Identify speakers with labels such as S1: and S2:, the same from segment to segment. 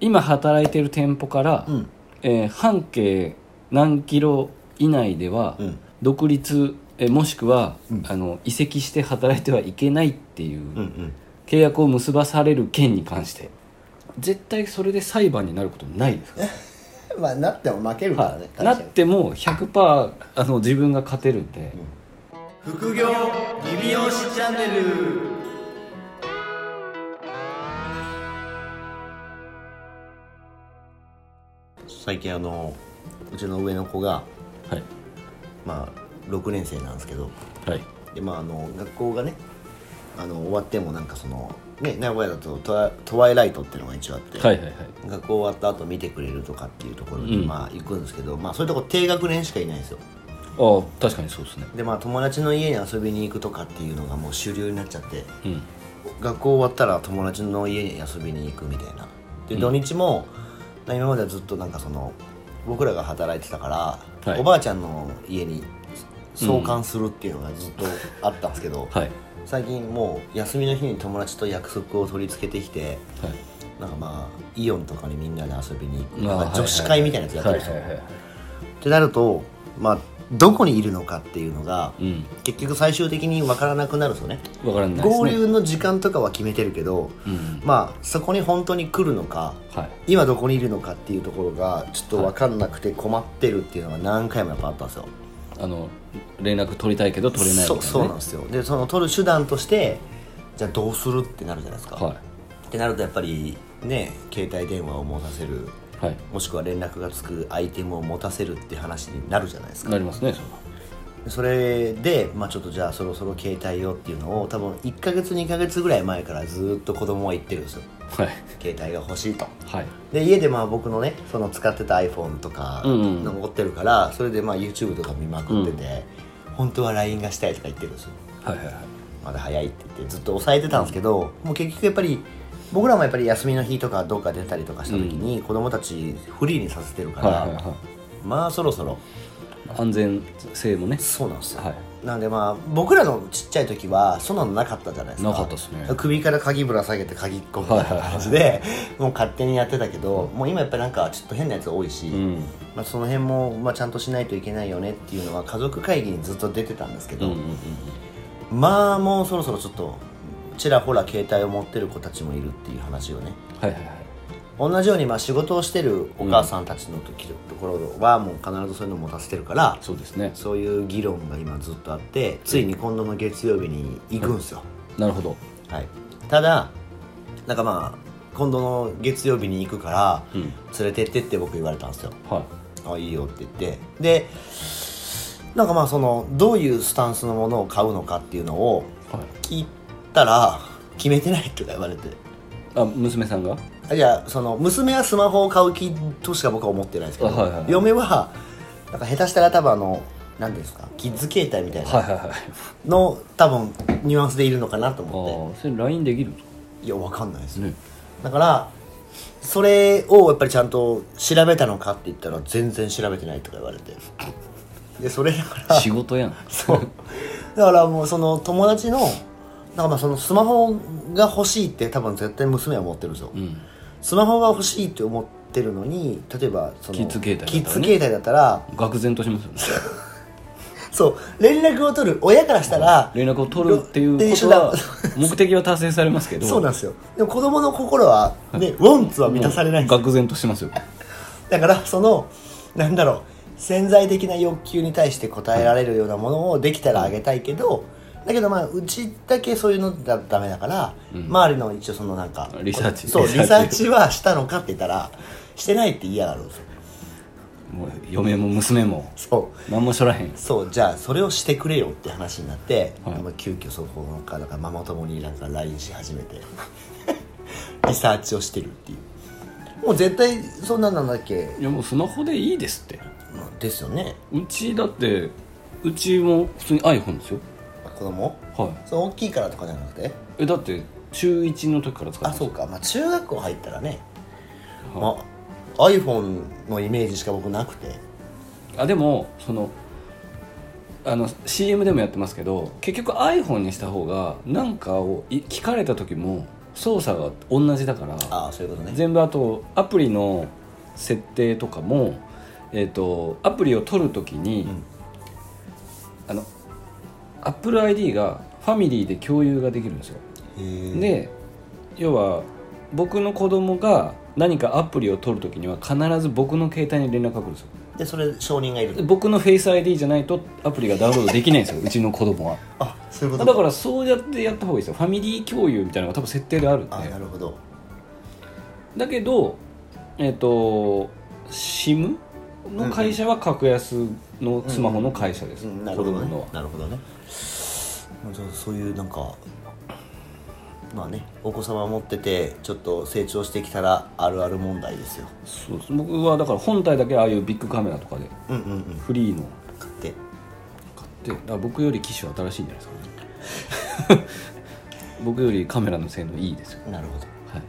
S1: 今働いてる店舗から、
S2: うん
S1: えー半径何キロ以内では
S2: うん
S1: 独立、えーもしくは、
S2: うん
S1: あの移籍して働いてはいけないっていう、
S2: うんうん
S1: 契約を結ばされる件に関して絶対それで裁判になることないですから
S2: まあなっても負けるからね
S1: はい、なっても100%あの自分が勝てるんで、
S2: 副業リビオシチャンネル最近あのうちの上の子が
S1: はい
S2: まあ6年生なんですけど
S1: はい
S2: でまああの学校がねあの終わってもなんかそのね名古屋だとトワトワイライトっていうのが一応あって、
S1: はいはいはい
S2: 学校終わった後見てくれるとかっていうところに、
S1: うん
S2: まあ行くんですけどまあそういうとこ低学年しかいないんですよ
S1: ああ確かにそうですね
S2: でまあ友達の家に遊びに行くとかっていうのがもう主流になっちゃって
S1: うん
S2: 学校終わったら友達の家に遊びに行くみたいなで土日も、な今まではずっとなんかその僕らが働いてたから、
S1: はい
S2: おばあちゃんの家に送還するっていうのがずっとあったんですけど、
S1: はい
S2: 最近もう休みの日に友達と約束を取り付けてきて
S1: はい
S2: なんかまあイオンとかにみんなで遊びに行く、
S1: まあ
S2: まあ女子会みたいなやつやってるんですよ、
S1: はいはいはいはい
S2: ってなるとまあどこにいるのかっていうのが、
S1: うん
S2: 結局最終的に分からなくなるんですよね
S1: わからないですね
S2: 合流の時間とかは決めてるけど、
S1: うん
S2: まあそこに本当に来るのか
S1: はい
S2: 今どこにいるのかっていうところがちょっと分かんなくて困ってるっていうのが何回もやっぱあったんですよ
S1: あの連絡取りたいけど取れないみたいな、
S2: そ
S1: ね、
S2: うそうなんですよでその取る手段としてじゃあどうするってなるじゃないですか、
S1: は
S2: ってなるとやっぱりね携帯電話を持たせる
S1: いはい
S2: もしくは連絡がつくアイテムを持たせるって話になるじゃないですか
S1: なりますねそれ
S2: それで、まあ、ちょっとじゃあそろそろ携帯をっていうのを多分1ヶ月2ヶ月ぐらい前からずっと子供は言ってるんですよ
S1: ははい
S2: 携帯が欲しいと
S1: はい
S2: で家でまあ僕のねその使ってた iPhone とか
S1: うんうん
S2: 残ってるから、それでまあ YouTube とか見まくってて、本当は LINE がしたいとか言ってるんですよ
S1: はいはいはい
S2: まだ早いって言ってずっと抑えてたんですけど、もう結局やっぱり僕らもやっぱり休みの日とかどうか出たりとかした時に子供たちフリーにさせてるから、
S1: はいはいは
S2: まあそろそろ
S1: い安全性もね
S2: そうなんですよ、
S1: はい
S2: なんでまあ僕らのちっちゃい時はそんなのなかったじゃないですか
S1: なかったっすね
S2: 首から鍵ぶら下げて鍵っ子みたいな感じで、もう勝手にやってたけど、もう今やっぱりなんかちょっと変なやつ多いし、
S1: うん
S2: まあ、その辺も、まあ、ちゃんとしないといけないよねっていうのは家族会議にずっと出てたんですけ
S1: うん
S2: ど、
S1: うんうん
S2: まあもうそろそろちょっとちらほら携帯を持ってる子たちもいるっていう話をね
S1: はいはいはい
S2: 同じようにまあ仕事をしてるお母さんたちの時のところはもう必ずそういうの持たせてるから、
S1: そうですね
S2: そういう議論が今ずっとあってついに今度の月曜日に行くんですよ、
S1: なるほど
S2: はい、ただなんかまあ今度の月曜日に行くから
S1: うん
S2: 連れてってって僕言われたんですよ
S1: は
S2: あいいよって言ってでなんかまあそのどういうスタンスのものを買うのかっていうのを
S1: いはい
S2: 聞いたら決めてないとか言われて
S1: あ娘さんが
S2: いやその娘はスマホを買う気としか僕は思ってないんですけど、
S1: あはいはい
S2: 嫁はなんか下手したら多分あの何ていうんですかキッズ携帯みたいな
S1: はいはいはい
S2: の多分ニュアンスでいるのかなと
S1: ああ
S2: 思っ
S1: ーそれ LINE できるんで
S2: ていやわかんないです
S1: すね
S2: だからそれをやっぱりちゃんと調べたのかって言ったら全然調べてないとか言われてでそれ だから
S1: 仕事やん
S2: そうだからもうその友達のなんかまあそのスマホが欲しいって多分絶対娘は思ってるんですよ、
S1: うん
S2: スマホが欲しいって思ってるのに例えばその
S1: キッズ携帯だったら
S2: キ
S1: ね
S2: ッズ携帯だったら
S1: 愕然としますよね
S2: そう連絡を取る親からしたら、
S1: 連絡を取るっていうことは目的は達成されますけど
S2: そうなんですよでも子供の心はねウォンツは満たされないんですよ
S1: 愕然としてますよ
S2: だからそのなんだろう潜在的な欲求に対して応えられるようなものをできたらあげたいけどだけどまあうちだけそういうのだとダメだから、周りの一応そのなんか
S1: リサーチ
S2: そう
S1: リ
S2: リ
S1: サーチ
S2: サーチはしたのかって言ったらしてないって嫌がるんですよ
S1: もう嫁も娘も
S2: そう
S1: 何もしょらへん
S2: そうじゃあそれをしてくれよって話になって、
S1: はい
S2: まあ急遽そこからなんかママ友になんか LINE し始めてリサーチをしてるっていうもう絶対そんなんなんだっけ
S1: いやもうスマホでいいですって
S2: まあですよね
S1: うちだってうちも普通に iPhone ですよ
S2: 子供
S1: はい
S2: その大きいからとかじゃなくて
S1: えだって中1の時から使って
S2: あ
S1: ます
S2: そうか、まあ、中学校入ったらね、
S1: は
S2: まあ、iPhone のイメージしか僕なくて
S1: あでもそのあの CM でもやってますけど結局 iPhone にした方がなんかをい聞かれた時も操作が同じだから
S2: ああそういうことね
S1: 全部あとアプリの設定とかも、えー、とアプリを取るときに、
S2: ん
S1: あの AppleID がファミリーで共有ができるんですよ、
S2: へえ
S1: で要は僕の子供が何かアプリを取るときには必ず僕の携帯に連絡が来るんですよ
S2: でそれ証人がいる
S1: 僕の FaceID じゃないとアプリがダウンロードできないん ですようちの子供は
S2: あそういうこ
S1: だ
S2: と
S1: からそうやってやった方がいいですよファミリー共有みたいなのが多分設定であるんで
S2: あなるほど
S1: だけどえっ、と SIM の会社は格安のスマホの会社です、
S2: うんな
S1: 子
S2: るほど
S1: 供
S2: ね
S1: のは
S2: なるほどねじゃあそういうなんかまあねお子様持っててちょっと成長してきたらあるある問題ですよ
S1: そうです僕はだから本体だけああいうビッグカメラとかで
S2: うんうんうん
S1: フリーの
S2: 買って
S1: 買ってだから僕より機種は新しいんじゃないですかね 僕よりカメラの性能いいですよ、
S2: なるほど
S1: はい、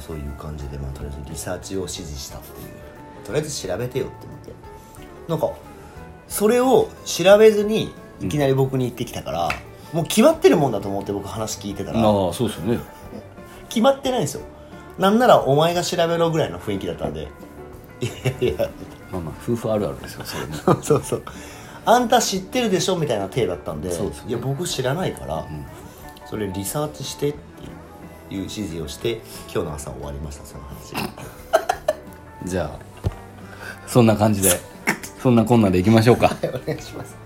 S2: そういう感じで、まあ、とりあえずリサーチを指示したっていうとりあえず調べてよって思ってなんかそれを調べずにいきなり僕に言ってきたから、もう決まってるもんだと思って僕話聞いてたら
S1: ああそうですよね
S2: 決まってないんですよなんならお前が調べろぐらいの雰囲気だったんでいやいや
S1: まあまあ夫婦あるあるですよそれね
S2: そうそうあんた知ってるでしょみたいな体だったんで
S1: そうですね
S2: いや僕知らないから、それリサーチしてっていう指示をして今日の朝終わりましたその話
S1: じゃあそんな感じでそんなこんなでいきましょうか
S2: お願いします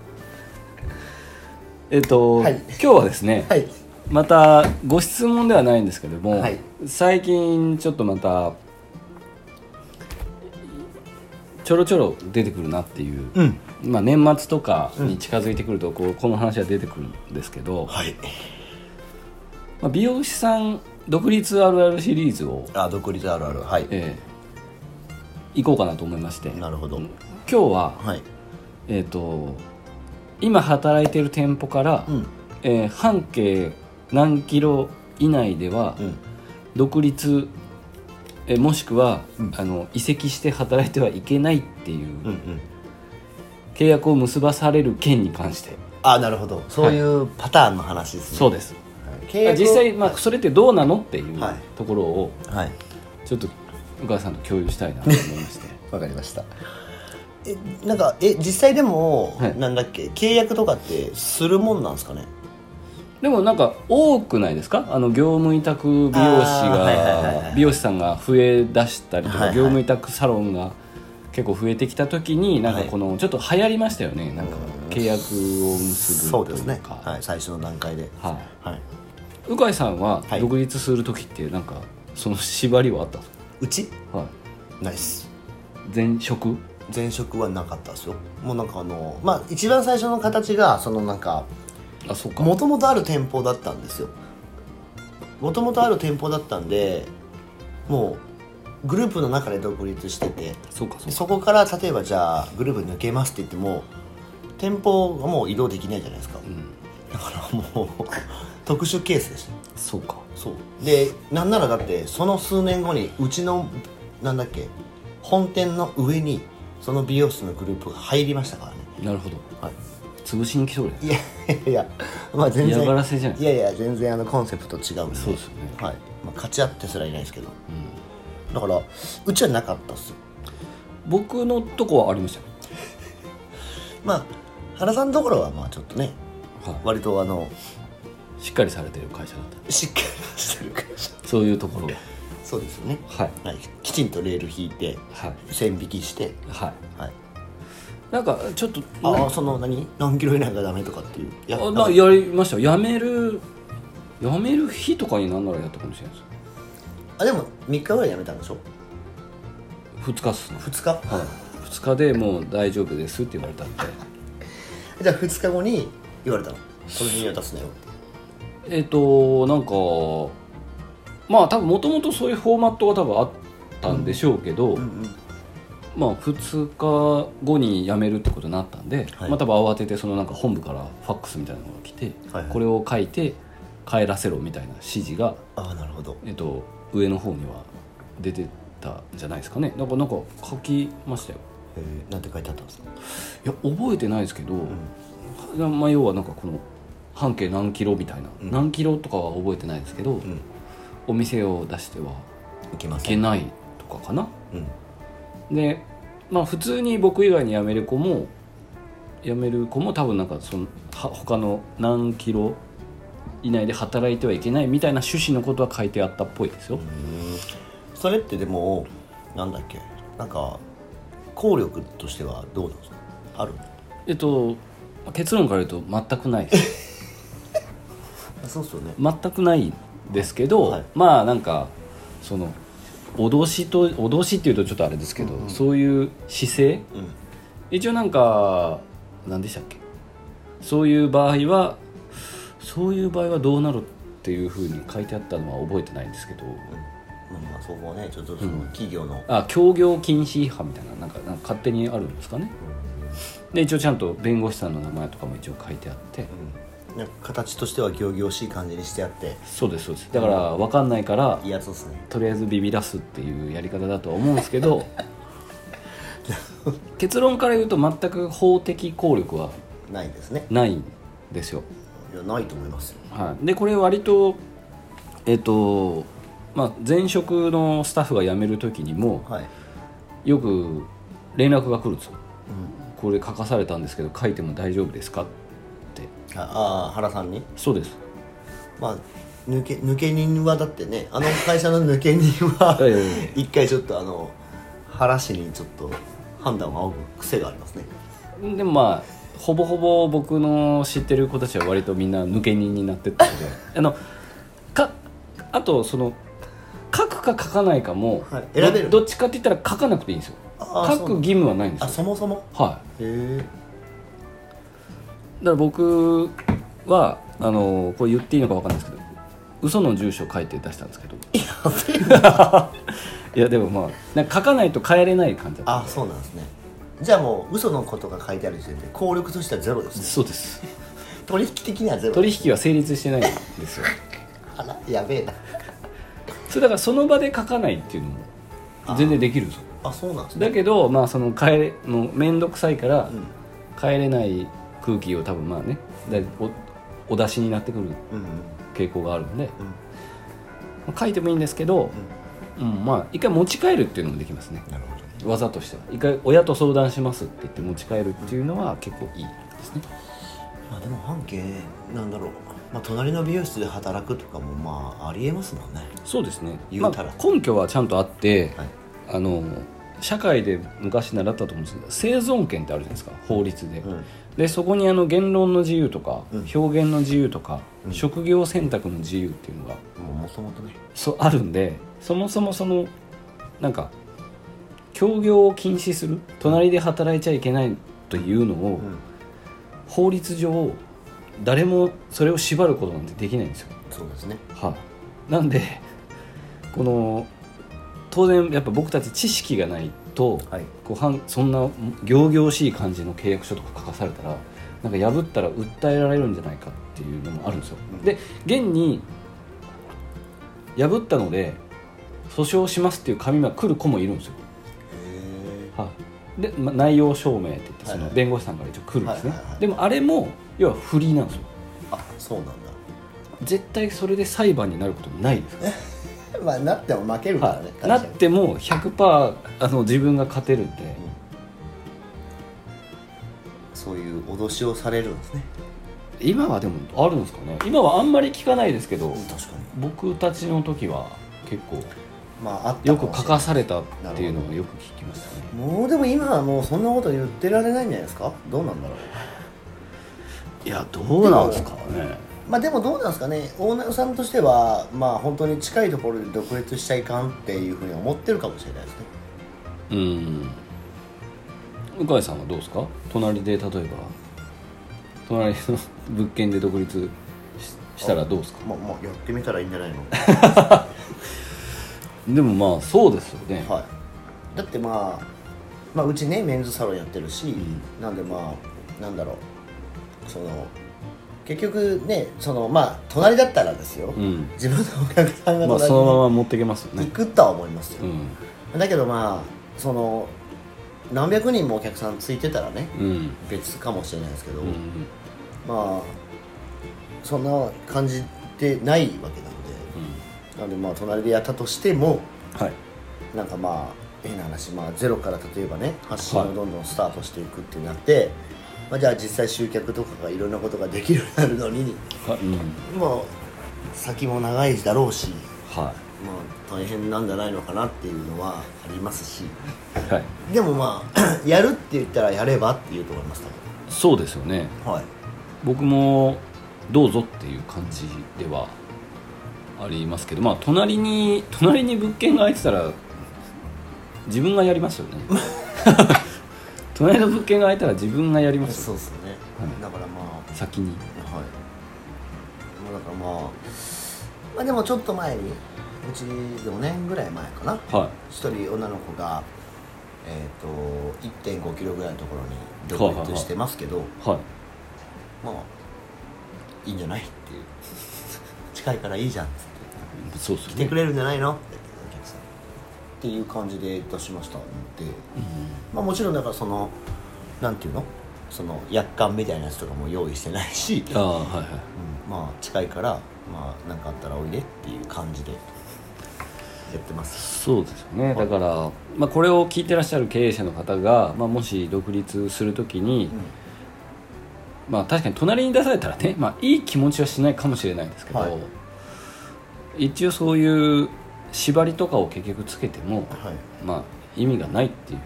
S1: えっと、
S2: はい
S1: 今日はですね、
S2: はい
S1: またご質問ではないんですけども、
S2: はい
S1: 最近ちょっとまたちょろちょろ出てくるなっていう、
S2: うん
S1: まあ、年末とかに近づいてくるとこうこの話は出てくるんですけど、
S2: はい
S1: まあ、美容師さん独立あるあるシリーズを、
S2: あ独立あるあるはい
S1: えー行こうかなと思いまして今
S2: なるほど
S1: 日は、
S2: はい
S1: えっと今働いてる店舗から、
S2: うん
S1: えー半径何キロ以内では、
S2: うん
S1: 独立えもしくは、
S2: ん
S1: あの移籍して働いてはいけないっていううん
S2: うん
S1: 契約を結ばされる件に関して、
S2: あなるほどそういうパターンの話ですね、
S1: そうです
S2: はい契約
S1: 実際、まあ、それってどうなのっていう
S2: はい
S1: ところを
S2: はい
S1: ちょっとお母さんと共有したいなと思いまして
S2: わかりましたえなんかえ実際でも、
S1: はい
S2: なんだっけ契約とかってするもんなんですかね
S1: でもなんか多くないですかあの業務委託美容師が、
S2: あーはいはいはいはい
S1: 美容師さんが増えだしたりとか、
S2: はいはい
S1: 業務委託サロンが結構増えてきた時になんかこの、ちょっと流行りましたよねなんか契約を結ぶ
S2: そう
S1: と
S2: で
S1: い
S2: す
S1: う
S2: ね、
S1: か
S2: はい、最初の段階で
S1: はい
S2: はいう
S1: かいさんは
S2: はい
S1: 独立する時ってなんかその縛りはあったんです
S2: うち
S1: か、はい、
S2: ないっす
S1: 前職
S2: 前職はなかったですよもうなんかあのまあ一番最初の形がそのなんか
S1: あそうか
S2: もともとある店舗だったんですよもともとある店舗だったんでもうグループの中で独立してて
S1: そうかそうか
S2: そこから例えばじゃあグループ抜けますって言っても店舗がもう移動できないじゃないですか
S1: うん
S2: だからもう 特殊ケースでした
S1: そうか
S2: そうでなんならだってその数年後にうちのなんだっけ本店の上にその美容室のグループが入りましたからね、
S1: なるほど
S2: はい、
S1: 潰しに来そう
S2: いやいやいやまあ全然
S1: 嫌がらせじゃない
S2: いやいや全然あのコンセプト違うんで
S1: そうですよね
S2: はいまあ、勝ち合ってすらいないですけど、だからうちはなかったっすよ
S1: 僕のとこはありまし
S2: まあ原さんのところはまあちょっとね
S1: たよ、は
S2: 割とあの
S1: い、しっかりされてる会社だっ
S2: しっかりしてる会社
S1: たそういうところが
S2: そうですよね、
S1: はい
S2: はい、きちんとレール引いて
S1: はい
S2: 線引きして
S1: はい
S2: はい
S1: なんかちょっと
S2: ああその何何キロ以内がダメとかっていういや
S1: あ
S2: なん
S1: な
S2: か
S1: やりましたよ辞める辞める日とかになんならやったかもしれないです
S2: あでも3日ぐらいやめたんでしょ
S1: 2日っすね
S2: 2日、
S1: 2日でもう大丈夫ですって言われたんで
S2: じゃあ2日後に言われたのこの日には出すなよって
S1: えっ、となんかまあ多分もともとそういうフォーマットが多分あったんでしょうけど、まあ2日後に辞めるってことになったんで、
S2: はい
S1: まあ多分慌ててそのなんか本部からファックスみたいなのが来て、
S2: はいはい
S1: これを書いて帰らせろみたいな指示が、
S2: ああなるほど
S1: えっと上の方には出てたんじゃないですかねなんかなんか書きましたよ
S2: えー、なんて書いてあったんですか
S1: いや覚えてないですけど、まあ、要はなんかこの半径何キロみたいな、
S2: うん
S1: 何キロとかは覚えてないですけど、
S2: ん
S1: お店を出してはい
S2: けま
S1: い
S2: せ
S1: け
S2: ん
S1: ないとかかな
S2: うん
S1: でまあ普通に僕以外に辞める子も辞める子も多分なんかそのは他の何キロ以内で働いてはいけないみたいな趣旨のことは書いてあったっぽいですよ、
S2: それってでもなんだっけなんか効力としてはどうなんですかある
S1: えっと結論から言うと全くないです
S2: そうっすよね
S1: 全くないですけど、
S2: はい
S1: まあなんかその脅しと脅しっていうとちょっとあれですけど、
S2: うんうん
S1: そういう姿勢
S2: うん
S1: 一応なんか何でしたっけそういう場合はそういう場合はどうなるっていうふうに書いてあったのは覚えてないんですけど
S2: まあまあそこはねちょっとその企業の、
S1: あ協業禁止違反みたいななんかなんか勝手にあるんですかねで一応ちゃんと弁護士さんの名前とかも一応書いてあって
S2: うんなんか形としては仰々しい感じにしてあって
S1: そうですそうですだから分かんないから
S2: いいやつですね
S1: とりあえずビビらすっていうやり方だとは思うんですけど結論から言うと全く法的効力は
S2: ないですね
S1: ないんですよ
S2: いやないと思いますよ
S1: はい、でこれ割とえっ、と、まあ、前職のスタッフが辞める時にも
S2: はい、
S1: よく連絡が来るんですよこれ書かされたんですけど書いても大丈夫ですかって
S2: ああ原さんに
S1: そうです
S2: まあ抜け抜け人はだってねあの会社の抜け人は
S1: い やいやいや
S2: 一回ちょっとあの原氏にちょっと判断を仰ぐ癖がありますね
S1: でもまあほぼほぼ僕の知ってる子たちは割とみんな抜け人になってったのであのかあとその書くか書かないかも、
S2: はい選べる
S1: どどっちかって言ったら書かなくていいんですよ
S2: あー
S1: 書
S2: そう
S1: く義務はないんです
S2: あ
S1: よ
S2: そもそも
S1: はい
S2: へえ
S1: だから僕はあのこれ言っていいのか分かんないですけど嘘の住所書いて出したんですけど いやでもまあなんか書かないと変えれない感じだった
S2: あそうなんですねじゃあもう嘘のことが書いてある時点で効力としてはゼロですね
S1: そうです
S2: 取引的にはゼロ
S1: 取引は成立してないんですよ
S2: あらやべえな
S1: それだからその場で書かないっていうのも全然できるんですよ
S2: あそうなんですね
S1: だけどまあその変えもう面倒くさいから
S2: うん
S1: 変えれない空気を多分まあねだいおお出しになってくる
S2: うんうん
S1: 傾向があるんで
S2: うん
S1: まあ書いてもいいんですけど、うん、まあ一回持ち帰るっていうのもできますね
S2: なるほどね
S1: 技としては一回親と相談しますって言って持ち帰るっていうのは結構いいですね
S2: まあでも半径なんだろう、まあ、隣の美容室で働くとかもまあありえますもんね
S1: そうですね
S2: 言うたら
S1: まあ、根拠はちゃんとあって、
S2: はい
S1: あの社会で昔習ったと思うんですけど生存権ってあるじゃないですか法律で、
S2: うん
S1: でそこにあの言論の自由とか、
S2: うん
S1: 表現の自由とか、
S2: うん
S1: 職業選択の自由っていうのが
S2: もうもともとね
S1: そうあるんでそもそもそのなんか協業を禁止する隣で働いちゃいけないというのを、
S2: うん
S1: 法律上誰もそれを縛ることなんてできないんですよ、
S2: そうですね
S1: はいなんでこの当然やっぱ僕たち知識がないと
S2: はい
S1: こうはんそんな仰々しい感じの契約書とか書かされたらなんか破ったら訴えられるんじゃないかっていうのもあるんですよ
S2: うん
S1: で現に破ったので訴訟しますっていう紙が来る子もいるんですよ、
S2: へ
S1: はい、で、ま、内容証明って言ってそ
S2: はい
S1: の
S2: はい
S1: 弁護士さんから一応来るんですね、
S2: はいはいはい
S1: でもあれも要はフリーなんですよ
S2: あそうなんだ
S1: 絶対それで裁判になることないですから、
S2: まあなっても負けるからね、
S1: はいなっても100%あの自分が勝てるんで
S2: そういう脅しをされるんですね
S1: 今はでもあるんですかね今はあんまり聞かないですけど
S2: 確かに
S1: 僕たちの時は結構
S2: まああった
S1: よく
S2: もし
S1: 書
S2: れな
S1: か
S2: い
S1: されたっていうのをよく聞きましたね
S2: もうでも今はもうそんなこと言ってられないんじゃないですかどうなんだろう
S1: いやどうなんですかね
S2: まあでもどうなんですかねオーナーさんとしてはまあ本当に近いところで独立しちゃいかんっていうふうに思ってるかもしれないですね
S1: うん向井さんはどうですか隣で例えば隣の物件で独立ししたらどうですか
S2: まあまあやってみたらいいんじゃないの
S1: でもまあそうですよね、
S2: はいだってまあまあうちねメンズサロンやってるし、
S1: ん
S2: なんでまあなんだろうその結局ねそのまあ隣だったらですよ、
S1: うん
S2: 自分のお客さんが
S1: まあ
S2: 隣
S1: そのまま持っていけますよ
S2: に
S1: ね
S2: 行くとは思いますよ、
S1: うん
S2: だけどまあその何百人もお客さんついてたらね
S1: うん
S2: 別かもしれないですけど、
S1: うん
S2: まあそんな感じでないわけなんで、あ中でまあ隣でやったとしても
S1: はい
S2: なんかまあ変な話、まあ、ゼロから例えばね発信
S1: は
S2: を
S1: い
S2: どんどんスタートしていくってなって、まあ、じゃあ実際集客とかがいろんなことができるようになるのに
S1: はい、うん
S2: もう先も長いだろうし、
S1: は
S2: まあ、大変なんじゃないのかなっていうのはありますし
S1: いはい、
S2: でもまあ やるって言ったらやればって言うと思います
S1: そうですよね
S2: 多分はい
S1: 僕もどうぞっていう感じではありますけどまあ隣に隣に物件が空いてたら自分がやりますよ ね隣の物件が空いたら自分がやりますよ
S2: うですね、
S1: はい
S2: だからまあ
S1: 先に
S2: はいもうだからまあまあでもちょっと前にうち4年ぐらい前かな
S1: は
S2: 一人女の子がえっ、と1 5キロぐらいのところに独立してますけど、
S1: いはい
S2: まあいいんじゃないっていう 近いからいいじゃんっつって
S1: そうです
S2: 来
S1: よ
S2: て
S1: ね
S2: くれるんじゃないのってお客さんっていう感じで出しましたので、まあ、もちろんだからそのなんていうのその約款みたいなやつとかも用意してないし、
S1: ああはいはい
S2: うんまあ近いからまあなんかあったらおいでっていう感じでやってます
S1: そうですよねだから、まあ、これを聞いてらっしゃる経営者の方が、まあ、もし独立するときに、まあ、確かに隣に出されたらね、まあ、いい気持ちはしないかもしれないですけど、
S2: はい
S1: 一応そういう縛りとかを結局つけても、
S2: はい
S1: まあ、意味がないっていう、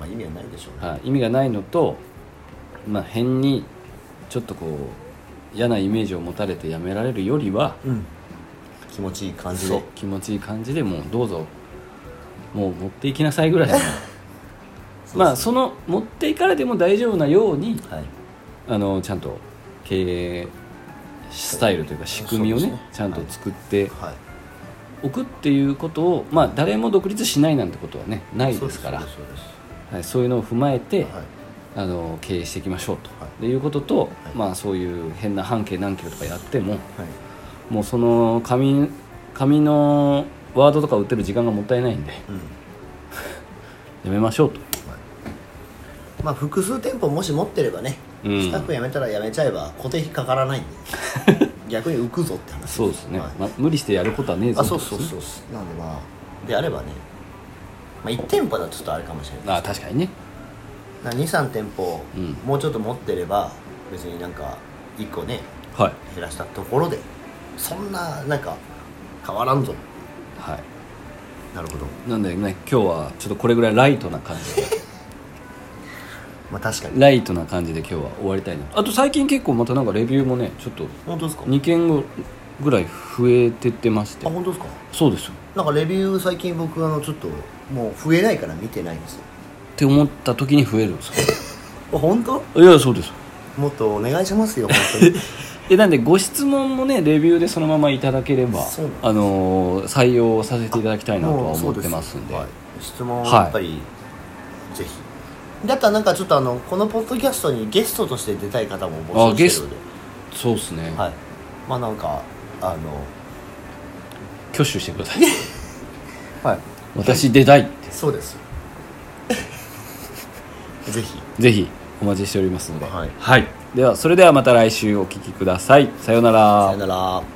S2: まあ意味はないでしょうね、
S1: はい、意味がないのと、まあ、変にちょっとこう嫌なイメージを持たれてやめられるよりは、
S2: うん、気持ちいい感じ
S1: そう
S2: で
S1: 気持ちいい感じでもうどうぞもう持っていきなさいぐらいのまあその持っていかれても大丈夫なように
S2: はい
S1: あのちゃんと経営スタイルというか仕組みをね
S2: そうですね
S1: ちゃんと作って
S2: はい
S1: おくっていうことを、まあ誰も独立しないなんてことはねないですから
S2: そうですそう
S1: はい、そういうのを踏まえて、
S2: ですはい
S1: あの経営していきましょうと、
S2: はい
S1: い、いうことと、
S2: い
S1: まあそういう変な半径何キロとかやっても
S2: はい
S1: もうその紙紙のワードとか売ってる時間がもったいないんで
S2: うん
S1: やめましょうと
S2: まあ複数店舗もし持ってればね、
S1: うん
S2: スタッフ辞めたら辞めちゃえば固定費かからないん で逆に浮くぞって話
S1: そうですね、
S2: はい
S1: まあ、無理してやることはねえぞ
S2: あそうそう
S1: って
S2: そうそうなんでまあであればね、まあ、1店舗だとちょっとあれかもしれ
S1: ことですね
S2: ない
S1: あ確かにね
S2: 23店舗、
S1: うん
S2: もうちょっと持ってれば別になんか1個ね
S1: はい
S2: 減らしたところでそんななんか変わらんぞ
S1: は
S2: なるほど
S1: いなんでね今日はちょっとこれぐらいライトな感じ で
S2: まあ確かに
S1: ライトな感じで今日は終わりたいなあと最近結構またなんかレビューもねちょっと
S2: 本当ですか
S1: 2件ぐらい増えてってまして
S2: あ本当ですか
S1: そうですよ
S2: なんかレビュー最近僕あのちょっともう増えないから見てないんですよ
S1: って思った時に増えるんです
S2: あ本当
S1: よ いやそうです
S2: もっとお願いします よ本当に
S1: えなんでご質問もねレビューでそのままいただければ
S2: そうなんです
S1: あのー採用させていただきたいなとは
S2: もう
S1: 思ってますんで
S2: そうはい質問
S1: はい
S2: やっぱり、ぜひだったらなんかちょっとあのこのポッドキャストにゲストとして出たい方も募集してるので
S1: そうですね、
S2: はいまあなんかあの
S1: 挙手してください
S2: はい
S1: 私出たいって
S2: そうです ぜひ
S1: ぜひお待ちしておりますので
S2: はい
S1: ではそれではまた来週お聞きくださいさようなら
S2: さよなら